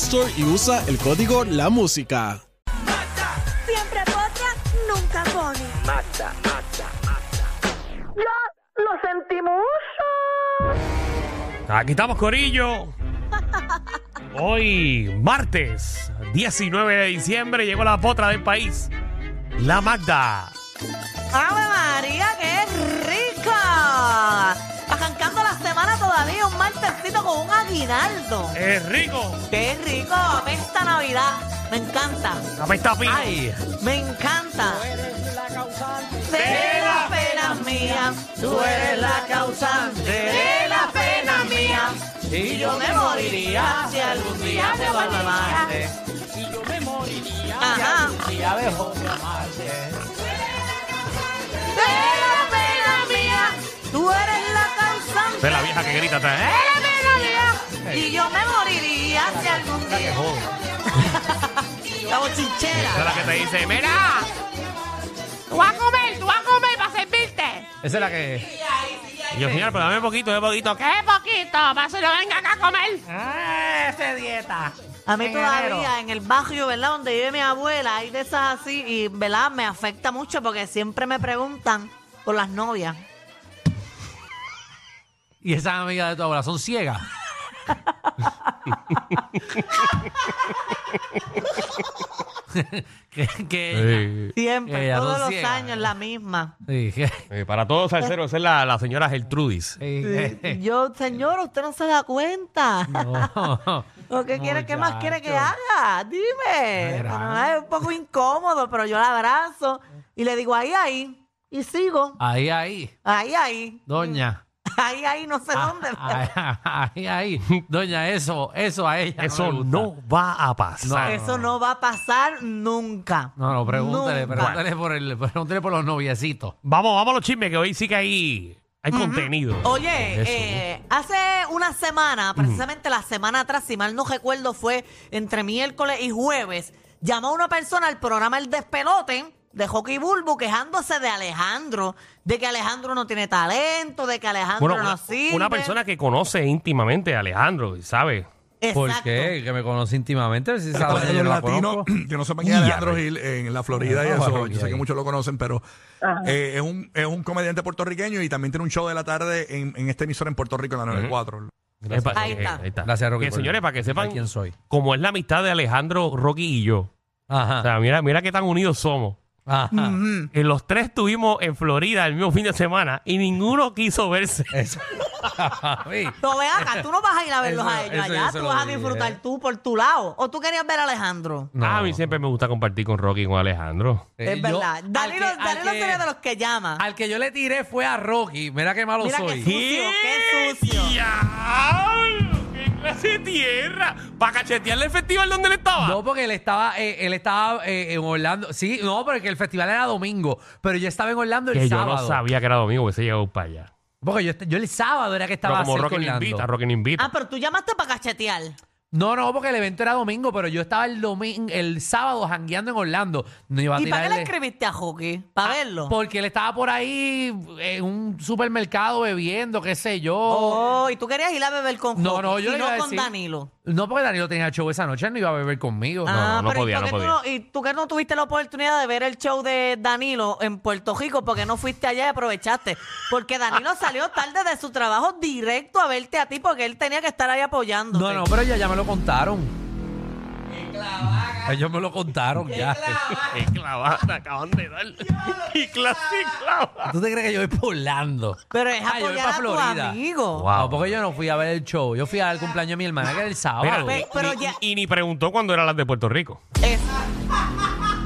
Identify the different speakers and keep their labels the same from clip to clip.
Speaker 1: Store y usa el código La Música.
Speaker 2: Siempre potra, nunca pone.
Speaker 3: ¡Ya lo sentimos!
Speaker 4: Aquí estamos, Corillo. Hoy, martes 19 de diciembre, llegó la potra del país, la Magda.
Speaker 5: ¡Ave María, qué rica! Arrancando la semana todavía, un martesito con un aguinaldo.
Speaker 4: ¡Es rico!
Speaker 5: ¡Qué rico! ¡Esta Navidad! Me encanta.
Speaker 4: Apesta a pino.
Speaker 5: ¡Ay! Me encanta. De la pena mía, tú eres la causante de la pena mía. Y yo me moriría si algún día te abandonarte. Y yo me moriría Ajá. de la pena mía. Tú eres la causante
Speaker 4: Ve la vieja que grita.
Speaker 5: de
Speaker 4: atrás, ¿eh?
Speaker 5: la pena mía. Y yo me moriría si algún día. La bochinchera.
Speaker 4: Esa es la que te dice, mira,
Speaker 6: Tú vas a comer, tú vas a comer para servirte.
Speaker 7: Esa es la que.
Speaker 4: Y yo, mira, pero dame poquito, dame poquito. ¿Qué?
Speaker 6: ¡Qué poquito! Para si no venga acá a comer.
Speaker 7: ¡Ah! ¡Esa dieta!
Speaker 5: A mí
Speaker 7: En
Speaker 5: todavía
Speaker 7: enero.
Speaker 5: en el barrio, ¿verdad? Donde vive mi abuela, hay de esas así y, ¿verdad? Me afecta mucho porque siempre me preguntan por las novias.
Speaker 7: Y esas amigas de tu abuela son ciegas. que, que
Speaker 5: Siempre,
Speaker 7: Ellas
Speaker 5: todos
Speaker 7: son
Speaker 5: los
Speaker 7: ciegas,
Speaker 5: años la misma.
Speaker 7: sí, que-
Speaker 4: Eh, para todos salseros, esa es la, la señora Gertrudis.
Speaker 7: sí, que-
Speaker 5: Yo, señor, usted no se da cuenta.
Speaker 7: no.
Speaker 5: ¿O qué quiere? ¿Qué más quiere que haga? Dime.
Speaker 7: Verá.
Speaker 5: Bueno, es un poco incómodo, pero yo la abrazo y le digo ahí, ahí. Y sigo.
Speaker 7: Ahí, ahí,
Speaker 5: Ahí, ahí.
Speaker 7: doña.
Speaker 5: Ahí, ahí, no
Speaker 7: Ah,
Speaker 5: sé dónde.
Speaker 7: Ahí, ahí, doña, eso, eso a ella.
Speaker 4: Eso
Speaker 7: le gusta.
Speaker 4: no va a pasar.
Speaker 5: Eso no va a pasar nunca.
Speaker 7: ah, No, no, pregúntale,
Speaker 5: Nunca.
Speaker 7: pregúntale por, el, pregúntale por los noviecitos.
Speaker 4: Vamos, vamos a los chismes, que hoy sí que hay, hay contenido.
Speaker 5: Oye,
Speaker 7: Eso.
Speaker 5: eh, hace una semana, precisamente la semana atrás, si mal no recuerdo, fue entre miércoles y jueves, llamó una persona al programa El Despelote de Hockey Bulbo quejándose de Alejandro, de que Alejandro no tiene talento, de que Alejandro
Speaker 4: Bueno,
Speaker 5: no
Speaker 4: una,
Speaker 5: sirve.
Speaker 4: una persona que conoce íntimamente a Alejandro, y ¿sabe?
Speaker 5: Exacto.
Speaker 7: ¿Por qué? Que me conoce íntimamente. Si sabe, yo
Speaker 8: Yo
Speaker 7: no la
Speaker 8: latino,
Speaker 7: conozco.
Speaker 8: yo no sé quién es Alejandro Gil en la Florida y
Speaker 7: Ah,
Speaker 8: eso,
Speaker 7: bueno,
Speaker 8: yo sé
Speaker 7: ahí.
Speaker 8: que muchos lo conocen, pero eh, es, un, es un comediante puertorriqueño y también tiene un show de la tarde en, en este emisor en Puerto Rico, en la 94.
Speaker 4: Eh,
Speaker 7: Gracias.
Speaker 4: pa-
Speaker 5: Ahí
Speaker 4: eh,
Speaker 5: está.
Speaker 7: Gracias, Rocky.
Speaker 4: Que,
Speaker 7: por-
Speaker 4: señores, para que sepan
Speaker 7: quién soy.
Speaker 4: cómo es la amistad de Alejandro, Rocky y yo. O
Speaker 7: Ajá.
Speaker 4: sea, mira, mira qué tan unidos somos.
Speaker 7: Ajá.
Speaker 4: Eh, los tres estuvimos en Florida el mismo fin de semana y ninguno quiso verse.
Speaker 7: Eso. Javi,
Speaker 5: No, ve acá, tú no vas a ir a verlos
Speaker 7: Eso-
Speaker 5: a ellos
Speaker 7: eso yo
Speaker 5: allá,
Speaker 7: se
Speaker 5: tú
Speaker 7: lo
Speaker 5: vas a
Speaker 7: dije.
Speaker 5: disfrutar tú por tu lado. ¿O tú querías ver a Alejandro?
Speaker 7: no.
Speaker 4: A mí siempre me gusta compartir con Rocky y con Alejandro.
Speaker 7: Eh,
Speaker 5: es
Speaker 7: yo-
Speaker 5: verdad.
Speaker 7: al
Speaker 5: Danilo,
Speaker 7: que- al
Speaker 5: Danilo
Speaker 7: que-
Speaker 5: sería de los que llama.
Speaker 7: Al que yo le tiré fue a Rocky. Mira qué malo
Speaker 5: Mira qué
Speaker 7: soy.
Speaker 5: sucio, qué sucio.
Speaker 4: ¡Diablo! ¡Qué clase de tierra! Para cachetearle el festival donde él estaba.
Speaker 7: No, porque él estaba, eh, él estaba eh, en Orlando. Sí, no, porque el festival era domingo. Pero yo estaba en Orlando el
Speaker 4: que yo
Speaker 7: sábado.
Speaker 4: no sabía que era domingo que se llegó para allá.
Speaker 7: Porque yo, est- yo el sábado era que
Speaker 4: Pero
Speaker 7: estaba
Speaker 4: como
Speaker 7: cerca
Speaker 4: Rocky
Speaker 7: de
Speaker 4: no
Speaker 7: Orlando.
Speaker 4: invita, Rocky no invita.
Speaker 5: Ah, pero tú llamaste para cachetear.
Speaker 7: No, no, porque el evento era domingo, pero yo estaba el domingo, el sábado jangueando en Orlando. No iba a
Speaker 5: ¿Y para qué le
Speaker 7: tirarle.
Speaker 5: escribiste a Joki? ¿Para verlo?
Speaker 7: Porque él estaba por ahí eh, en un supermercado bebiendo, qué sé yo.
Speaker 5: Oh, y tú querías ir a beber con
Speaker 7: No,
Speaker 5: Joki,
Speaker 7: no, yo
Speaker 5: y
Speaker 7: le
Speaker 5: no
Speaker 7: iba a
Speaker 5: con
Speaker 7: decir-
Speaker 5: Danilo.
Speaker 7: No, porque Danilo tenía show esa noche, él no iba a beber conmigo.
Speaker 5: ah,
Speaker 4: no, no
Speaker 5: pero
Speaker 4: podía,
Speaker 5: ¿y,
Speaker 4: no
Speaker 5: por qué tú
Speaker 4: podía.
Speaker 5: ¿y tú que no tuviste la oportunidad de ver el show de Danilo en Puerto Rico? Porque no fuiste allá y aprovechaste. Porque Danilo salió tarde de su trabajo directo a verte a ti porque él tenía que estar ahí apoyando.
Speaker 7: No, no, pero ya, ya me lo contaron. Ellos me lo contaron ya.
Speaker 4: Qué clavada acaban de dar. Y clase clavada.
Speaker 7: ¿Tú te crees que yo voy por Orlando?
Speaker 5: Pero es
Speaker 7: Ah, yo voy
Speaker 5: apoyar
Speaker 7: pa'
Speaker 5: a tu
Speaker 7: Florida.
Speaker 5: amigo.
Speaker 4: Wow.
Speaker 7: No, porque yo no fui a ver el show. Yo fui al cumpleaños de mi hermana, que era el
Speaker 4: Mira,
Speaker 7: sábado.
Speaker 5: Pe- pero
Speaker 4: ni-
Speaker 5: ya-
Speaker 4: y ni preguntó cuándo eran las de Puerto Rico.
Speaker 5: Es-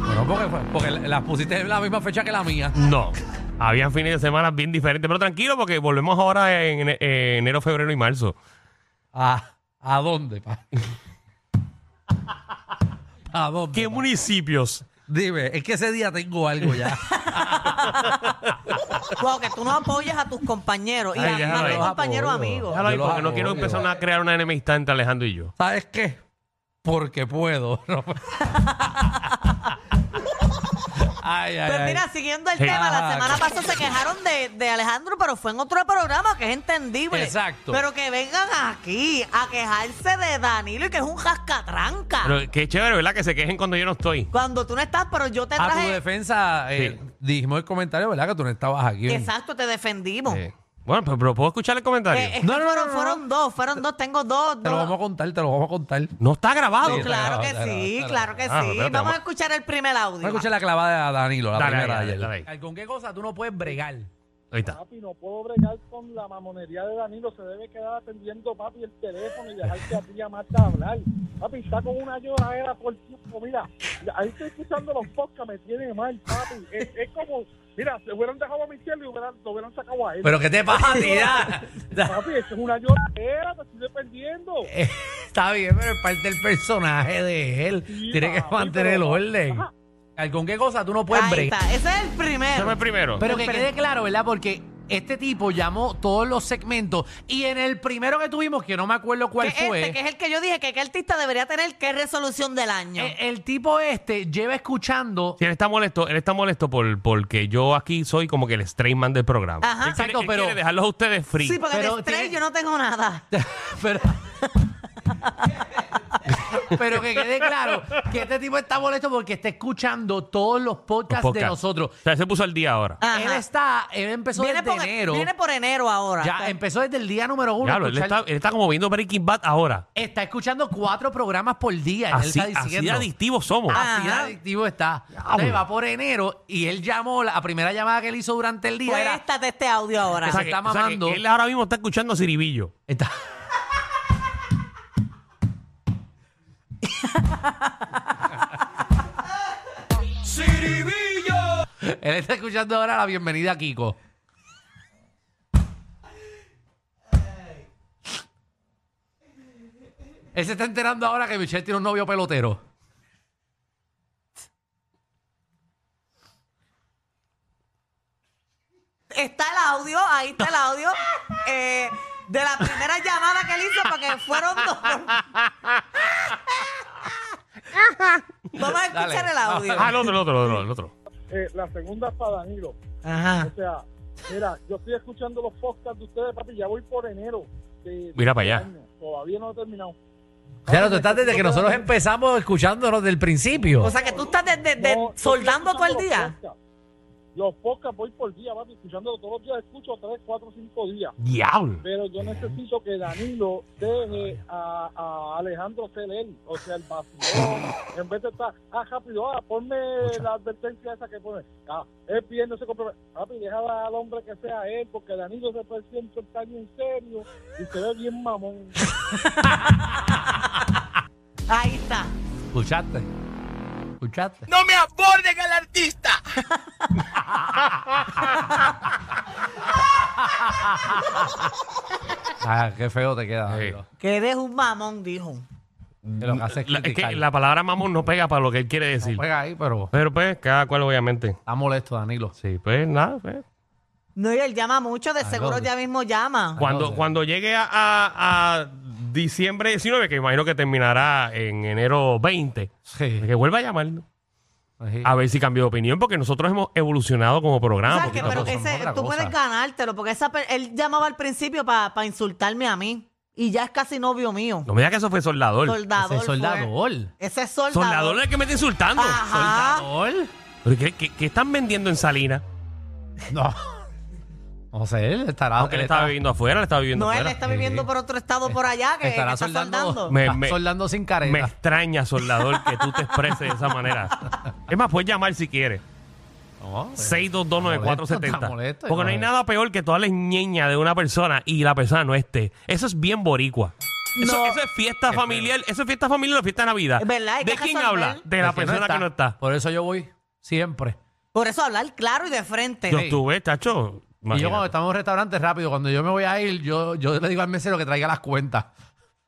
Speaker 7: Bueno, porque, fue- porque las pusiste en la misma fecha que la mía.
Speaker 4: No. Habían fines de semana bien diferentes. Pero tranquilo, porque volvemos ahora en, ene- eh, enero, febrero y marzo.
Speaker 7: Ah, ¿A dónde, pa? ¿A dónde?
Speaker 4: ¿Qué
Speaker 7: pa?
Speaker 4: municipios?
Speaker 7: Dime, es que ese día tengo algo ya.
Speaker 5: wow, que tú no apoyas a tus compañeros. Y
Speaker 4: Ay,
Speaker 5: a-
Speaker 4: déjalo
Speaker 5: a
Speaker 4: ahí.
Speaker 5: tus compañeros amigos.
Speaker 4: Déjalo ahí,
Speaker 7: Yo los
Speaker 4: porque no quiero
Speaker 7: apoyo.
Speaker 4: empezar una- a crear una enemistad entre Alejandro y yo.
Speaker 7: ¿Sabes qué? Porque puedo. No. ay, ay,
Speaker 5: Pues
Speaker 7: ay.
Speaker 5: mira, siguiendo el
Speaker 4: Sí.
Speaker 5: tema, la
Speaker 7: Ajá.
Speaker 5: semana pasada se quejaron de, de Alejandro, pero fue en otro programa que es entendible.
Speaker 7: Exacto.
Speaker 5: Pero que vengan aquí a quejarse de Danilo y que es un jascatranca.
Speaker 4: Pero qué chévere, ¿verdad? Que se quejen cuando yo no estoy.
Speaker 5: Cuando tú no estás, pero yo te
Speaker 7: A tu
Speaker 5: traje.
Speaker 7: defensa, eh,
Speaker 4: Sí.
Speaker 7: dijimos el comentario, ¿verdad? Que tú no estabas aquí.
Speaker 5: Exacto, te defendimos.
Speaker 4: Eh, Bueno, pero, pero ¿puedo escuchar el comentario?
Speaker 5: Eh, es que
Speaker 7: No, no, no,
Speaker 5: fueron,
Speaker 7: no, no.
Speaker 5: fueron dos, fueron dos, tengo dos.
Speaker 7: Te lo
Speaker 5: dos.
Speaker 7: vamos a contar, te lo vamos a contar.
Speaker 4: no está grabado.
Speaker 7: Sí, está
Speaker 5: Claro que
Speaker 7: Claro,
Speaker 5: sí,
Speaker 7: claro,
Speaker 5: claro que
Speaker 4: claro. Ah,
Speaker 5: sí.
Speaker 4: espérate,
Speaker 5: Vamos
Speaker 4: vamos.
Speaker 5: a escuchar el primer
Speaker 7: Vamos a
Speaker 5: audio.
Speaker 7: escuchar la clavada de Danilo, la
Speaker 4: Dale,
Speaker 7: primera
Speaker 4: dale,
Speaker 7: de
Speaker 4: dale,
Speaker 7: ayer.
Speaker 4: dale.
Speaker 7: ¿Con qué cosa tú no puedes bregar?
Speaker 4: Ahí está.
Speaker 9: Papi, no puedo bregar con la mamonería de Danilo. Se debe quedar atendiendo, papi, el teléfono y dejarte a ti a Marta hablar. Papi, está con una lloradera por tiempo. Mira, ahí estoy escuchando los podcasts, me tiene mal, papi. Es, es como, mira, se hubieran dejado a mi cielo y hubieran, lo hubieran sacado a él.
Speaker 7: ¿Pero qué te pasa a ti? ya?
Speaker 9: Papi, eso es una lloradera, me estoy dependiendo.
Speaker 7: Está bien, pero es parte del personaje de él.
Speaker 9: Sí,
Speaker 7: Tiene que
Speaker 9: papi,
Speaker 7: mantener el
Speaker 9: pero-
Speaker 7: orden.
Speaker 9: Ajá.
Speaker 7: ¿Con qué cosa tú no puedes
Speaker 5: Ahí
Speaker 7: bregar?
Speaker 5: está, ese es el primero.
Speaker 4: Dame el primero.
Speaker 7: Pero que quede claro, ¿verdad? Porque este tipo llamó todos los segmentos y en el primero que tuvimos, que no me acuerdo cuál
Speaker 5: que
Speaker 7: fue,
Speaker 5: este, que es el que yo dije que qué artista debería tener qué resolución del año.
Speaker 7: eh, el, tipo este lleva escuchando.
Speaker 4: Sí, él está molesto, él está molesto por, porque yo aquí soy como que el straight man del programa.
Speaker 5: Ajá.
Speaker 4: Él quiere-
Speaker 7: Exacto,
Speaker 4: él
Speaker 7: pero-
Speaker 4: quiere dejarlos a ustedes free.
Speaker 5: Sí, porque
Speaker 7: Pero
Speaker 5: de estrés
Speaker 7: tiene-
Speaker 5: yo no tengo nada.
Speaker 7: pero, pero que quede claro que este tipo está molesto porque está escuchando todos los
Speaker 4: Los
Speaker 7: podcasts de
Speaker 4: podcasts.
Speaker 7: nosotros. Ah,
Speaker 4: O sea, se puso al día ahora.
Speaker 5: Ajá.
Speaker 7: Él está, él empezó
Speaker 5: viene,
Speaker 7: desde
Speaker 5: por,
Speaker 7: enero.
Speaker 5: viene por enero ahora.
Speaker 7: ya empezó desde el día número uno. a
Speaker 4: Claro, él
Speaker 7: escuchar-
Speaker 4: está, él está como viendo Breaking Bad ahora.
Speaker 7: está escuchando cuatro programas por día. y
Speaker 4: Así,
Speaker 7: él está
Speaker 4: así de
Speaker 7: diciendo. Ah,
Speaker 4: adictivos somos.
Speaker 7: Así de
Speaker 5: Ajá.
Speaker 7: adictivo está.
Speaker 4: Diablo.
Speaker 7: Entonces va por enero y él llamó, la primera llamada que él hizo durante el día
Speaker 5: Pues
Speaker 7: era...
Speaker 5: esta de este audio ahora.
Speaker 4: O sea,
Speaker 7: se está
Speaker 4: que- Eh, o sea, que
Speaker 7: mamando.
Speaker 4: él ahora mismo está escuchando a Ciribillo.
Speaker 7: Está- él está escuchando ahora la bienvenida a Kiko. Él se está enterando ahora que Michelle tiene un novio pelotero.
Speaker 5: Está el audio, ahí está el audio. eh, de la primera llamada que él hizo, porque fueron dos. Vamos a escuchar
Speaker 7: Dale.
Speaker 5: el audio.
Speaker 4: Ah, el otro, el otro, el otro. El otro.
Speaker 9: Eh, la segunda es para Danilo.
Speaker 5: Ajá.
Speaker 9: O sea, mira, yo estoy escuchando los podcasts de ustedes, papi, ya voy por enero. de-
Speaker 4: Mira
Speaker 9: de
Speaker 4: para allá.
Speaker 9: año. Todavía no he terminado.
Speaker 7: Claro, tú estás desde que nosotros empezamos escuchándonos del principio.
Speaker 5: O sea que tú estás de, de- de-
Speaker 9: No, yo estoy
Speaker 5: soldando todo el
Speaker 9: escuchando
Speaker 5: día.
Speaker 9: los podcasts. Los podcasts voy por día, papi, escuchándolo todos los días, escucho tres, cuatro, cinco días.
Speaker 4: Diablo.
Speaker 9: Pero yo necesito que Danilo deje a, a Alejandro ser él, o sea, el vacilón. en vez de estar, ah, rápido, ah, ponme la advertencia esa que pone. Ah, es bien, no se compromete. Papi, déjala al hombre que sea él, porque Danilo se presenta el año en serio y se ve bien mamón.
Speaker 5: Ahí está.
Speaker 7: ¿Escuchaste? ¿Escuchaste?
Speaker 6: No me aborden al artista.
Speaker 7: Ah, qué feo te queda.
Speaker 4: Sí.
Speaker 7: amigo.
Speaker 5: Que eres un mamón, dijo.
Speaker 7: Que lo que hace es
Speaker 4: La- es
Speaker 7: criticar.
Speaker 4: que la palabra mamón no pega para lo que él quiere decir.
Speaker 7: Juega ahí, pero
Speaker 4: Pero pues, cada cual obviamente.
Speaker 7: está molesto, Danilo.
Speaker 4: Sí, pues nada, pues.
Speaker 5: No, y él llama mucho, de seguro
Speaker 7: no.
Speaker 5: ya mismo llama.
Speaker 4: Cuando,
Speaker 7: no,
Speaker 4: cuando llegue a, a- a diciembre 19, que imagino que terminará en enero 20.
Speaker 7: Sí.
Speaker 4: Que vuelva a llamar
Speaker 7: Así.
Speaker 4: a ver si cambió de opinión, porque nosotros hemos evolucionado como programa.
Speaker 5: O sea, que,
Speaker 4: poquito
Speaker 5: pero
Speaker 4: a poco.
Speaker 5: ese-
Speaker 7: otra
Speaker 5: tú
Speaker 7: cosa.
Speaker 5: puedes ganártelo, porque esa, per- él llamaba al principio para insultarme a mí. Y ya es casi novio mío.
Speaker 4: No me digas que eso fue soldador.
Speaker 5: Soldador.
Speaker 7: Ese
Speaker 5: fue.
Speaker 7: soldador.
Speaker 5: Ese es soldador.
Speaker 4: Soldador es el que me está insultando.
Speaker 5: Ajá.
Speaker 7: ¿Soldador?
Speaker 4: ¿Pero qué, qué- qué están vendiendo en Salinas?
Speaker 7: No. No sé, él estará.
Speaker 4: Aunque él estaba viviendo afuera, le estaba viviendo
Speaker 5: No, él
Speaker 4: afuera.
Speaker 5: está
Speaker 7: Sí.
Speaker 5: viviendo por otro estado por allá que,
Speaker 7: estará
Speaker 5: que está soldando.
Speaker 4: Me-
Speaker 7: está soldando sin careta.
Speaker 4: Me extraña, soldador, que tú te expreses de esa manera. Es más, puedes llamar si quieres.
Speaker 7: No, eh,
Speaker 4: 6229470.
Speaker 7: Molesto, molesto,
Speaker 4: Porque no hay
Speaker 7: eh.
Speaker 4: nada peor que toda la ñeña de una persona y la persona no esté. Eso es bien boricua. Eso,
Speaker 5: No.
Speaker 4: eso es fiesta familiar, eso es fiesta familiar o fiesta de Navidad.
Speaker 5: Es verdad, hay
Speaker 4: ¿De
Speaker 5: que
Speaker 4: quién
Speaker 5: resolver.
Speaker 4: habla? De la
Speaker 7: Es
Speaker 4: persona que no está.
Speaker 7: Por eso yo voy siempre.
Speaker 5: Por eso hablar claro y de frente.
Speaker 4: Yo estuve, chacho.
Speaker 7: Y yo cuando
Speaker 4: imagínate.
Speaker 7: estamos en un restaurante, rápido, cuando yo me voy a ir, yo, yo le digo al mesero que traiga las cuentas.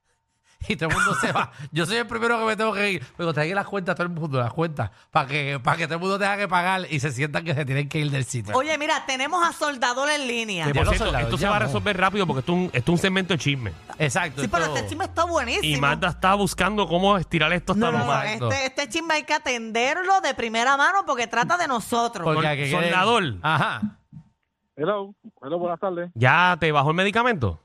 Speaker 7: Y todo el mundo se va. Yo soy el primero que me tengo que ir. Pero traiga las cuentas a todo el mundo, las cuentas. Para que, para que todo el mundo tenga que pagar y se sientan que se tienen que ir del sitio.
Speaker 5: Oye, mira, tenemos a Soldador en línea.
Speaker 4: Que,
Speaker 7: Ya
Speaker 4: por
Speaker 7: lo
Speaker 4: cierto,
Speaker 7: soldado,
Speaker 4: esto se
Speaker 7: ya,
Speaker 4: va a
Speaker 7: no.
Speaker 4: resolver rápido porque esto es un, esto es un segmento de chisme.
Speaker 7: Exacto.
Speaker 5: Sí, pero
Speaker 7: esto-
Speaker 5: este chisme está buenísimo.
Speaker 4: Y Magda está buscando cómo estirar esto hasta
Speaker 5: No, no,
Speaker 4: lo
Speaker 5: no,
Speaker 4: más.
Speaker 7: Exacto.
Speaker 5: este, este chisme hay que atenderlo de primera mano porque trata de nosotros.
Speaker 7: porque hay que-
Speaker 4: soldador.
Speaker 7: Ajá.
Speaker 9: Hello, hello, buenas tardes.
Speaker 4: ¿Ya te bajó el medicamento?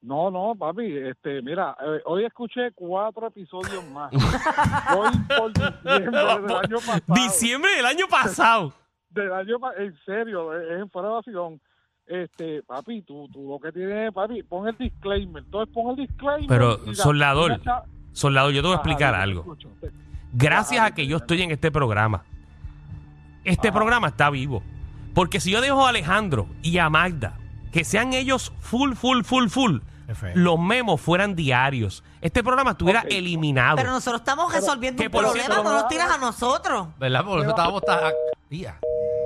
Speaker 9: No, no, papi, este, mira, eh, hoy escuché cuatro episodios más. Voy por diciembre del año pasado.
Speaker 4: Diciembre del año pasado.
Speaker 9: Del año pa- en serio, es en fuera de vacilón. Este, papi, tú, tú lo que tienes, papi, pon el disclaimer. Entonces pon el disclaimer.
Speaker 4: Pero,
Speaker 9: y la-
Speaker 4: soldador,
Speaker 9: y la cha-
Speaker 4: Soldado, yo te voy a
Speaker 9: Ajá,
Speaker 4: explicar
Speaker 9: dime,
Speaker 4: algo.
Speaker 9: escucho. Sí.
Speaker 4: Gracias
Speaker 9: Ajá,
Speaker 4: a que yo
Speaker 9: dime.
Speaker 4: estoy en este programa, este
Speaker 7: Ah.
Speaker 4: programa está vivo. Porque si yo dejo a Alejandro y a Magda que sean ellos full, full, full, full,
Speaker 7: Perfecto.
Speaker 4: los memos fueran diarios, este programa estuviera
Speaker 9: Ok.
Speaker 4: eliminado.
Speaker 5: Pero nosotros estamos resolviendo
Speaker 4: que
Speaker 5: un
Speaker 4: por
Speaker 5: problema,
Speaker 4: cierto-
Speaker 5: no nos tiras a nosotros.
Speaker 7: ¿Verdad? Porque nosotros estábamos tan. Tía.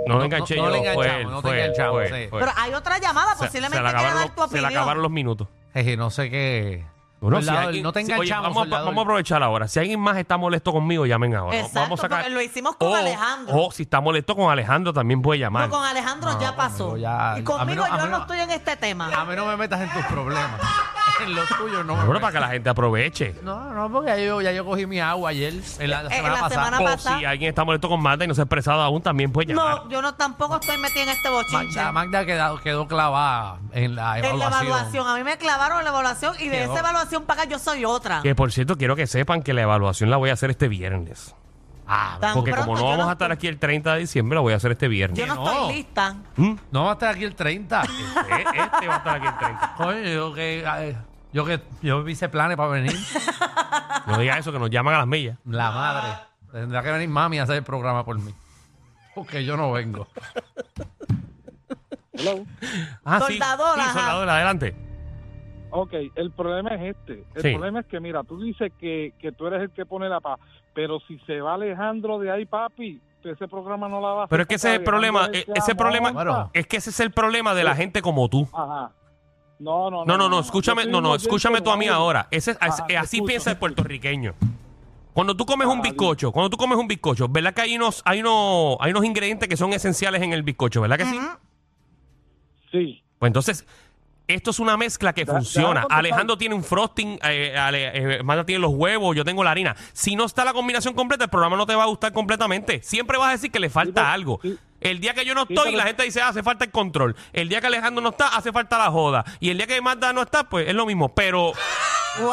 Speaker 4: no lo enganché
Speaker 7: no- no
Speaker 4: yo.
Speaker 7: le
Speaker 4: fue
Speaker 7: enganchamos,
Speaker 4: él,
Speaker 7: no te
Speaker 4: fue él,
Speaker 7: enganchamos,
Speaker 4: fue él,
Speaker 7: sí.
Speaker 4: fue él.
Speaker 5: Pero hay otra llamada,
Speaker 4: Pues, Se-
Speaker 5: posiblemente
Speaker 4: se le
Speaker 5: quiera
Speaker 4: acabaron
Speaker 5: dar
Speaker 4: los-
Speaker 5: tu
Speaker 4: se le
Speaker 5: opinión.
Speaker 4: acabaron los minutos.
Speaker 7: Jeje, no sé qué.
Speaker 4: Bueno, si
Speaker 7: Soldador,
Speaker 4: alguien-
Speaker 7: no
Speaker 4: si-
Speaker 7: te
Speaker 4: oye,
Speaker 7: enganchamos.
Speaker 4: vamos, a-
Speaker 7: soldador.
Speaker 4: vamos a aprovechar ahora. Si alguien más está molesto conmigo, llamen ahora.
Speaker 5: Exacto,
Speaker 4: vamos a sacar... Oh,
Speaker 5: porque lo hicimos con
Speaker 4: o,
Speaker 5: Alejandro.
Speaker 4: O si está molesto con Alejandro, también puede llamar.
Speaker 5: No, con Alejandro
Speaker 7: No,
Speaker 5: ya pasó.
Speaker 7: conmigo ya-
Speaker 5: y
Speaker 7: a mí
Speaker 5: conmigo
Speaker 7: no- a
Speaker 5: yo
Speaker 7: mí
Speaker 5: no
Speaker 7: no-
Speaker 5: estoy en este tema.
Speaker 7: A mí no me metas en tus problemas. En los tuyos no me
Speaker 4: Bueno,
Speaker 7: metas.
Speaker 4: para que la gente aproveche.
Speaker 7: No, no, porque ya yo, ya yo cogí mi agua ayer, en la, la
Speaker 5: Eh,
Speaker 7: semana
Speaker 5: la
Speaker 7: pasada.
Speaker 5: semana
Speaker 4: O
Speaker 5: pasada.
Speaker 4: si alguien está molesto con Marta y no se ha expresado aún, también puede llamar.
Speaker 5: No, yo no tampoco estoy metida en este bochinche.
Speaker 7: Magda, Magda quedó, quedó clavada en la
Speaker 5: En
Speaker 7: evaluación.
Speaker 5: la evaluación, a mí me clavaron en la evaluación y de
Speaker 7: Quedó.
Speaker 5: esa evaluación para acá yo soy otra.
Speaker 4: Que por cierto, quiero que sepan que la evaluación la voy a hacer este viernes.
Speaker 7: Ah,
Speaker 5: Tan
Speaker 4: Porque
Speaker 5: pronto
Speaker 4: como no
Speaker 5: yo
Speaker 4: vamos
Speaker 5: estoy-
Speaker 4: a estar aquí el 30 de diciembre, la voy a hacer este viernes.
Speaker 5: Yo no,
Speaker 7: no.
Speaker 5: estoy lista.
Speaker 7: no va a estar aquí el 30.
Speaker 4: Eh, Este va a estar aquí el 30.
Speaker 7: Coño, yo que, ay, yo que yo hice planes para venir.
Speaker 4: No diga eso, que nos llaman a las millas.
Speaker 7: La madre. Tendrá que venir mami a hacer el programa por mí. Porque yo no vengo.
Speaker 9: Hello.
Speaker 4: Ah,
Speaker 5: Soldador,
Speaker 4: sí, sí,
Speaker 5: ajá.
Speaker 4: soldador, adelante.
Speaker 9: Ok, el problema es este. El
Speaker 4: Sí.
Speaker 9: problema es que, mira, tú dices que, que tú eres el que pone la paz, pero si se va Alejandro de ahí, papi, ese programa no la va a
Speaker 4: Pero
Speaker 9: hacer
Speaker 4: es que ese es el
Speaker 9: porque Alejandro
Speaker 4: problema,
Speaker 9: es
Speaker 4: eh, ese
Speaker 9: la
Speaker 4: problema-
Speaker 9: monta.
Speaker 4: Es que ese es el problema de la gente como tú.
Speaker 9: Ajá. No, no, no.
Speaker 4: No, no, no, escúchame,
Speaker 9: Yo soy
Speaker 4: no,
Speaker 9: un
Speaker 4: no,
Speaker 9: oyente
Speaker 4: escúchame tú a mí
Speaker 9: nuevo.
Speaker 4: ahora. Ese es-
Speaker 9: Ajá, te
Speaker 4: así
Speaker 9: escucho.
Speaker 4: piensa el puertorriqueño. Cuando tú comes un
Speaker 9: Ah, bien.
Speaker 4: bizcocho, cuando tú comes un bizcocho, ¿verdad que hay unos, hay unos, hay unos ingredientes que son esenciales en el bizcocho, ¿verdad que sí?
Speaker 9: Sí.
Speaker 4: Pues entonces, esto es una mezcla que
Speaker 9: Da-
Speaker 4: funciona.
Speaker 9: déjame contestar.
Speaker 4: Alejandro tiene un frosting, eh, Ale- eh, Magda tiene los huevos, yo tengo la harina. Si no está la combinación completa, el programa no te va a gustar completamente. Siempre vas a decir que le falta
Speaker 9: pero-
Speaker 4: algo.
Speaker 9: sí.
Speaker 4: El día que yo no
Speaker 9: Sí,
Speaker 4: estoy,
Speaker 9: pero-
Speaker 4: la gente dice, "Ah, hace falta el control. El día que Alejandro no está, hace falta la joda. Y el día que Magda no está, pues es lo mismo. Pero
Speaker 5: Wow.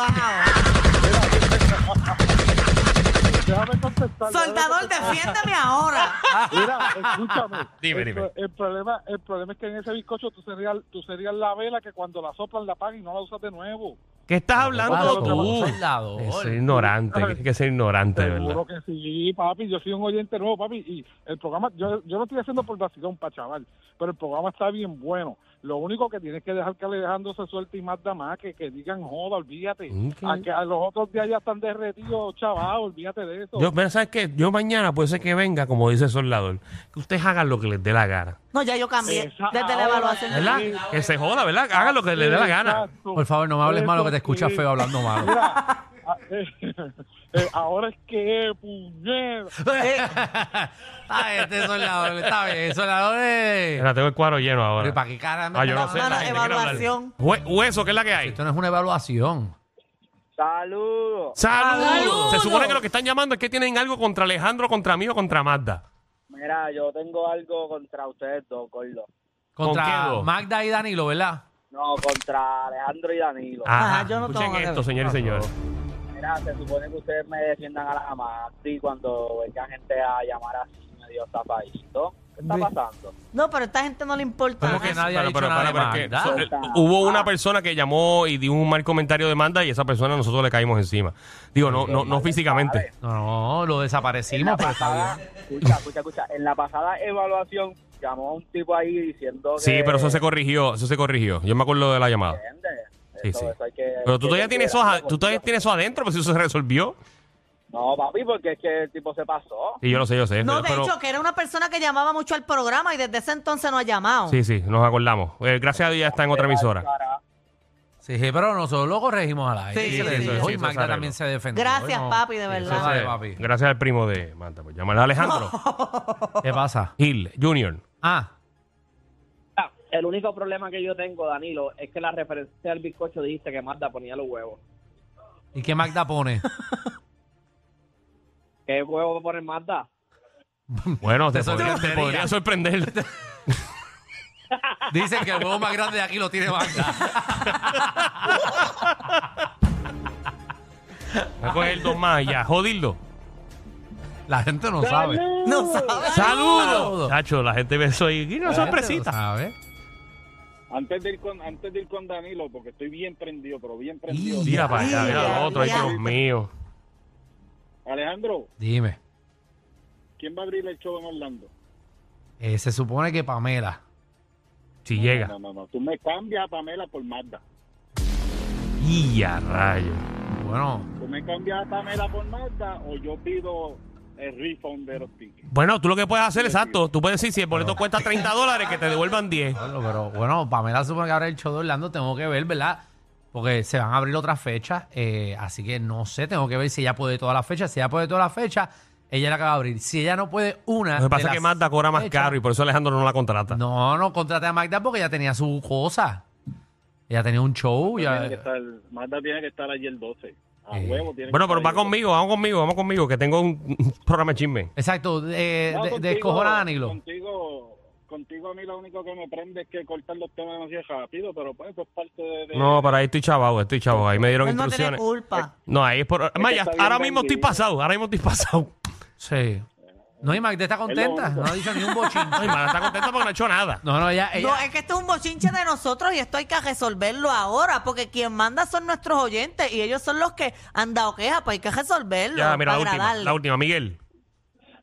Speaker 9: Déjame contestar.
Speaker 5: Soldador, defiéndeme ahora.
Speaker 9: Mira, escúchame.
Speaker 4: Dime,
Speaker 9: el,
Speaker 4: dime.
Speaker 9: El problema, el problema es que en ese bizcocho tú serías, tú serías la vela que cuando la soplan la apagan y no la usas de nuevo.
Speaker 4: ¿qué estás hablando
Speaker 7: Guapo,
Speaker 4: tú?
Speaker 7: soldador.
Speaker 4: Es ignorante, tienes que ser ignorante, de verdad.
Speaker 9: Seguro que sí, papi. Yo soy un oyente nuevo, papi. Y el programa, yo, yo lo estoy haciendo por vacilón, pa' chaval. Pero el programa está bien bueno. Lo único que tienes que dejar que Alejandro se suelte y más da más, que, que digan joda, olvídate.
Speaker 4: Ok.
Speaker 9: A que a los otros días ya están derretidos, chaval, olvídate de eso.
Speaker 4: Yo, mira, ¿sabes qué? Yo mañana puede ser que venga, como dice el soldador, que ustedes hagan lo que les dé la gana.
Speaker 5: No, ya yo cambié.
Speaker 9: Esa
Speaker 5: Desde la
Speaker 9: ahora.
Speaker 5: evaluación.
Speaker 4: ¿Verdad?
Speaker 9: Sí.
Speaker 4: Que se joda, ¿verdad? Hagan lo que les dé la gana.
Speaker 9: Exacto.
Speaker 7: Por favor, no me hables
Speaker 9: Eso
Speaker 7: malo que te escuchas
Speaker 9: sí.
Speaker 7: feo hablando malo.
Speaker 9: Mira, a- eh, ahora es que, puñera.
Speaker 7: Ay, este soldador, está bien, soldador es...
Speaker 4: Mira, tengo el cuadro lleno ahora.
Speaker 7: ¿Para qué caramba?
Speaker 4: Ah, yo no sé.
Speaker 5: Una
Speaker 4: la gente quiere hablar.
Speaker 5: evaluación.
Speaker 4: Hue- Hueso, ¿qué es la que hay?
Speaker 7: Esto no es una evaluación.
Speaker 9: Saludos.
Speaker 4: ¡Saludos!
Speaker 5: ¡Saludos!
Speaker 4: Se supone que los que están llamando es que tienen algo contra Alejandro, contra mí o contra Magda.
Speaker 9: Mira, yo tengo algo contra ustedes dos, Gordo.
Speaker 4: ¿Con
Speaker 7: Contra
Speaker 4: qué dos?
Speaker 7: Magda y Danilo, ¿verdad?
Speaker 9: No, contra Alejandro y Danilo.
Speaker 4: Ah.
Speaker 5: Ajá, Ah, yo no tengo
Speaker 4: escuchen
Speaker 5: nada que
Speaker 4: esto,
Speaker 5: ver.
Speaker 4: señores y señores.
Speaker 9: Mira, se supone que ustedes me defiendan a la jamás y cuando venga gente a llamar así medio zapadito. ¿Qué está pasando?
Speaker 5: No, pero a esta gente no le importa.
Speaker 7: ¿Cómo
Speaker 5: nada.
Speaker 7: que nadie ha
Speaker 4: Pero,
Speaker 7: dicho
Speaker 4: pero,
Speaker 7: nada
Speaker 4: pero,
Speaker 7: de
Speaker 4: pero es que
Speaker 7: Magda?
Speaker 4: so- eh, hubo una persona que llamó y dio un mal comentario de Magda y esa persona nosotros le caímos encima. Digo, no, no, no físicamente.
Speaker 7: No, no, lo desaparecimos, pero está bien.
Speaker 9: Escucha, escucha, escucha. En la pasada evaluación llamó a un tipo ahí diciendo que...
Speaker 4: Sí, pero eso se corrigió, eso se corrigió. Yo me acuerdo de la llamada.
Speaker 9: Entiende.
Speaker 4: Sí,
Speaker 9: Eso-
Speaker 4: sí.
Speaker 9: eso hay que-
Speaker 4: Pero tú
Speaker 9: que
Speaker 4: todavía tienes eso,
Speaker 9: considerarlo,
Speaker 4: a- tú todavía
Speaker 9: Gordo.
Speaker 4: tienes eso adentro, pues eso se resolvió.
Speaker 9: No, papi, porque es que el tipo se pasó.
Speaker 4: Y yo lo sé, yo sé.
Speaker 5: No, de
Speaker 4: pero,
Speaker 5: hecho, que era una persona que llamaba mucho al programa y desde ese entonces no ha llamado.
Speaker 4: Sí, sí, nos acordamos. Eh, gracias a Dios ya está en otra emisora.
Speaker 9: Cara.
Speaker 7: Sí, pero nosotros lo corregimos al aire.
Speaker 5: Sí, sí,
Speaker 7: Y
Speaker 5: sí,
Speaker 7: le-
Speaker 5: sí,
Speaker 7: hoy
Speaker 5: sí,
Speaker 4: eso se
Speaker 7: Magda
Speaker 4: arregló.
Speaker 7: también se defendió.
Speaker 5: Gracias,
Speaker 7: Hoy no-
Speaker 5: papi, de
Speaker 7: Sí,
Speaker 5: verdad.
Speaker 7: eso
Speaker 4: Entonces,
Speaker 7: sabe, papi.
Speaker 4: Gracias al primo de Manta. Pues llámale a Alejandro.
Speaker 7: ¿Qué pasa?
Speaker 4: Gil Junior.
Speaker 7: Ah,
Speaker 10: Ah, El único problema que yo tengo, Danilo, es que la referencia al bizcocho dijiste que Marta ponía los huevos.
Speaker 7: ¿y qué Magda pone?
Speaker 10: ¿Qué huevo va a poner Marta?
Speaker 4: Bueno, te,
Speaker 7: Te
Speaker 4: podría, te
Speaker 7: sorprendería.
Speaker 4: podría sorprender.
Speaker 7: Dicen que el huevo más grande de aquí lo tiene Magda.
Speaker 4: Voy a coger dos más y ya. Jodildo.
Speaker 7: La gente no sabe.
Speaker 5: No sabe.
Speaker 4: ¡Saludos!
Speaker 7: Saludos.
Speaker 4: Nacho, la gente me soy. y una
Speaker 7: La gente no
Speaker 4: sorpresita.
Speaker 7: sabe.
Speaker 9: Antes de, ir con, antes de ir con Danilo, porque estoy bien prendido, pero bien prendido.
Speaker 4: Mira para allá, mira
Speaker 5: Ya,
Speaker 4: lo otro. Ay,
Speaker 5: ya.
Speaker 4: Dios mío.
Speaker 9: Alejandro,
Speaker 7: Dime,
Speaker 9: ¿quién va a abrir el show en Orlando?
Speaker 7: eh, se supone que Pamela.
Speaker 4: Si llega.
Speaker 9: No, no, no. Tú me cambias a Pamela por Magda.
Speaker 4: Y a rayo.
Speaker 7: Bueno,
Speaker 9: Tú me cambias a Pamela por Magda o yo pido el refund de los tickets.
Speaker 4: Bueno, tú lo que puedes hacer, exacto. Tú puedes decir, si el boleto cuesta 30 dólares, que te devuelvan 10.
Speaker 7: bueno, pero bueno, Pamela se supone que ahora el show de Orlando tengo que ver, ¿verdad? Porque se van a abrir otras fechas, eh, así que no sé, tengo que ver si ella puede todas las fechas. Si ella puede todas las fechas, ella la acaba de abrir. Si ella no puede una.
Speaker 4: Lo que
Speaker 7: de
Speaker 4: pasa es
Speaker 7: las
Speaker 4: que Magda cobra más
Speaker 7: fechas-
Speaker 4: caro y por eso Alejandro no la contrata.
Speaker 7: No, no contraté a Magda porque ella tenía su cosa. Ella tenía un show.
Speaker 9: Tiene
Speaker 7: ya-
Speaker 9: que estar, Magda tiene que estar allí el 12. A
Speaker 7: Eh.
Speaker 9: huevo tiene
Speaker 4: Bueno,
Speaker 9: que
Speaker 4: pero va
Speaker 9: estar ahí el 12.
Speaker 4: conmigo, vamos conmigo, vamos conmigo, que tengo un un programa de chisme.
Speaker 7: Exacto, eh,
Speaker 9: No,
Speaker 7: de,
Speaker 9: contigo-
Speaker 7: descojona a Danilo.
Speaker 9: Contigo, contigo a mí lo único que me prende es que cortar los temas demasiado rápido, pero pues eso es parte de... de-
Speaker 4: No, para ahí estoy chavado, estoy chavado. Ahí me dieron
Speaker 5: Él Pues no tiene
Speaker 4: instrucciones. Eh,
Speaker 5: culpa.
Speaker 4: No, ahí es por. Más, ya-
Speaker 9: está bien
Speaker 4: ahora mismo estoy
Speaker 9: vendido.
Speaker 4: pasado, ahora mismo estoy pasado.
Speaker 7: Sí. No, y Magda está contenta.
Speaker 9: único.
Speaker 7: No ha dicho ni un bochín.
Speaker 4: Ay, mala, está contenta porque no ha hecho nada.
Speaker 7: No, no, ella. ella
Speaker 5: No, eh, es que esto es un bochinche de nosotros y esto hay que resolverlo ahora, porque quien manda son nuestros oyentes y ellos son los que han dado quejas, pues hay que resolverlo.
Speaker 4: Ya, mira, la
Speaker 5: para
Speaker 4: última,
Speaker 5: agradarle.
Speaker 4: la última, Miguel.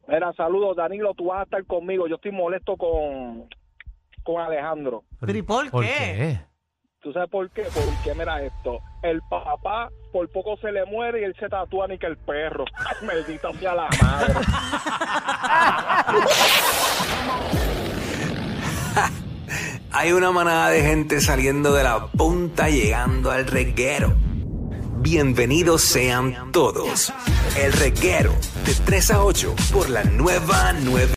Speaker 9: Mira, saludos, Danilo, tú vas a estar conmigo. Yo estoy molesto con, con Alejandro.
Speaker 5: ¿Pero y por
Speaker 7: ¿Por
Speaker 5: qué?
Speaker 7: qué?
Speaker 9: ¿Tú sabes por qué? Porque mira esto, el papá por poco se le muere y él se tatúa ni que el perro. Ay, maldita sea la madre.
Speaker 10: Hay una manada de gente saliendo de la punta llegando al reguero. Bienvenidos sean todos. El reguero de 3 a 8 por la nueva 9.